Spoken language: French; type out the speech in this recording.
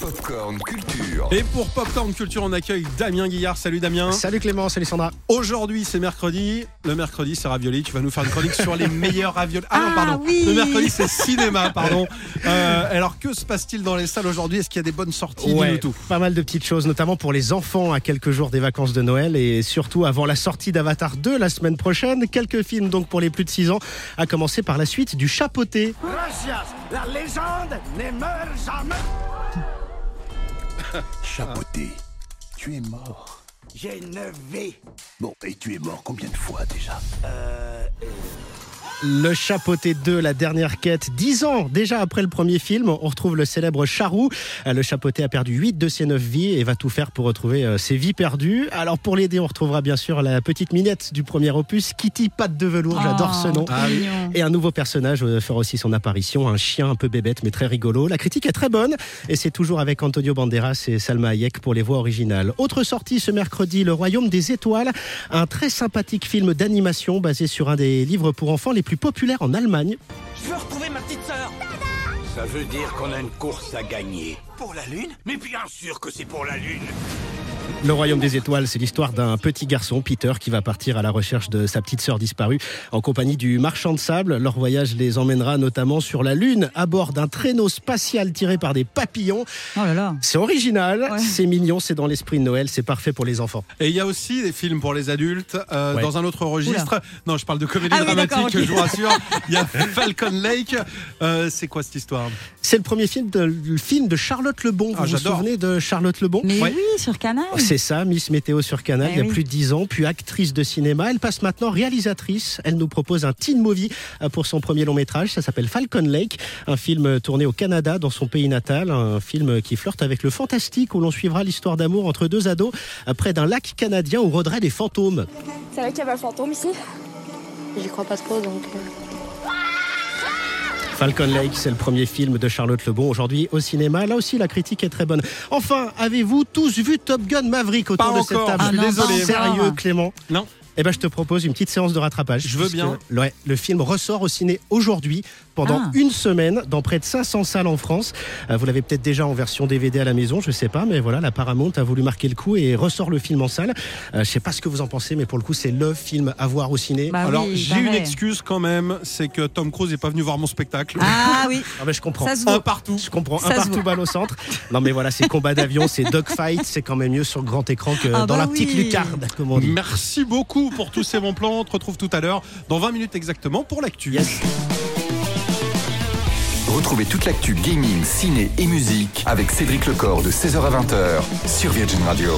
Popcorn Culture. Et pour Popcorn Culture, on accueille Damien Guillard. Salut Damien. Salut Clément, salut Sandra. Aujourd'hui, c'est mercredi. Le mercredi, c'est ravioli. Tu vas nous faire une chronique sur les meilleurs raviolis. Ah, non, Ah, pardon. oui. Le mercredi, c'est cinéma, pardon. Euh, alors, que se passe-t-il dans les salles aujourd'hui Est-ce qu'il y a des bonnes sorties Ouais, Dis-nous tout. Pas mal de petites choses, notamment pour les enfants à quelques jours des vacances de Noël et surtout avant la sortie d'Avatar 2 la semaine prochaine. Quelques films donc pour les plus de 6 ans, à commencer par la suite du Chapoté. Gracias, la légende ne meurt jamais. Chapoté, tu es mort. Je ne vais. Bon, et tu es mort combien de fois déjà Le Chapoté 2, la dernière quête, 10 ans déjà après le premier film, on retrouve le célèbre Charou. Euh, Le Chapoté a perdu 8 de ses 9 vies et va tout faire pour retrouver euh, ses vies perdues. Alors pour l'aider, on retrouvera bien sûr la petite minette du premier opus, Kitty Patte de velours, j'adore ce nom. Ah oui. mignon. Et un nouveau personnage euh, fera aussi son apparition, un chien un peu bébête mais très rigolo. La critique est très bonne et c'est toujours avec Antonio Banderas et Salma Hayek pour les voix originales. Autre sortie ce mercredi, Le Royaume des Étoiles, un très sympathique film d'animation basé sur un des livres pour enfants les plus populaires en Allemagne. Je veux retrouver ma petite sœur. Ça veut dire qu'on a une course à gagner. Pour la lune Mais bien sûr que c'est pour la Lune. Le Royaume des Étoiles, c'est l'histoire d'un petit garçon, Peter, qui va partir à la recherche de sa petite sœur disparue en compagnie du marchand de sable. Leur voyage les emmènera notamment sur la Lune à bord d'un traîneau spatial tiré par des papillons. Oh là là. C'est original, Ouais. c'est mignon, c'est dans l'esprit de Noël, c'est parfait pour les enfants. Et il y a aussi des films pour les adultes euh, Ouais. dans un autre registre. Non, je parle de comédie Ah oui, dramatique, d'accord, ok. je vous rassure. Il y a Falcon Lake. Euh, c'est quoi cette histoire C'est le premier film de, le film de Charlotte Lebon. Ah, vous vous j'adore. souvenez de Charlotte Lebon Mais Ouais. Oh, oui, sur Canal. C'est ça, Miss Météo sur Canal, Eh il y a oui. plus de 10 ans, puis actrice de cinéma. Elle passe maintenant réalisatrice. Elle nous propose un teen movie euh, pour son premier long métrage. Ça s'appelle Falcon Lake, un film euh, tourné au Canada, dans son pays natal. Un film euh, qui flirte avec le fantastique, où l'on suivra l'histoire d'amour entre deux ados euh, près d'un lac canadien où rôderaient des fantômes. C'est vrai qu'il y avait un fantôme ici J'y crois pas trop donc. euh, Falcon Lake, c'est le premier film de Charlotte Lebon aujourd'hui au cinéma. Là aussi, la critique est très bonne. Enfin, avez-vous tous vu Top Gun Maverick autour Pas de cette encore, table je suis Ah non, pas désolé. encore. Sérieux, Clément Non. Eh ben, je te propose une petite séance de rattrapage. Je veux puisque bien. Le, ouais, le film ressort au ciné aujourd'hui pendant Ah. une semaine dans près de 500 salles en France. Euh, vous l'avez peut-être déjà en version DVD à la maison, je sais pas, mais voilà, la Paramount a voulu marquer le coup et ressort le film en salle. Euh, je sais pas ce que vous en pensez, mais pour le coup, c'est le film à voir au ciné. Bah Alors, oui, j'ai une pareil. excuse quand même, c'est que Tom Cruise n'est pas venu voir mon spectacle. Ah oui, Ah ben, je comprends. ça se Un voit. partout. Je comprends. Ça un se partout voit. balle au centre. Non, mais voilà, c'est combat d'avion, c'est dogfight, c'est quand même mieux sur grand écran que Ah dans bah la petite oui. lucarne, comme on dit. Merci beaucoup pour tous ces bons plans. On te retrouve tout à l'heure, dans 20 minutes exactement, pour l'actu. Yes. Retrouvez toute l'actu gaming, ciné et musique avec Cédric Lecor de 16h à 20h sur Virgin Radio.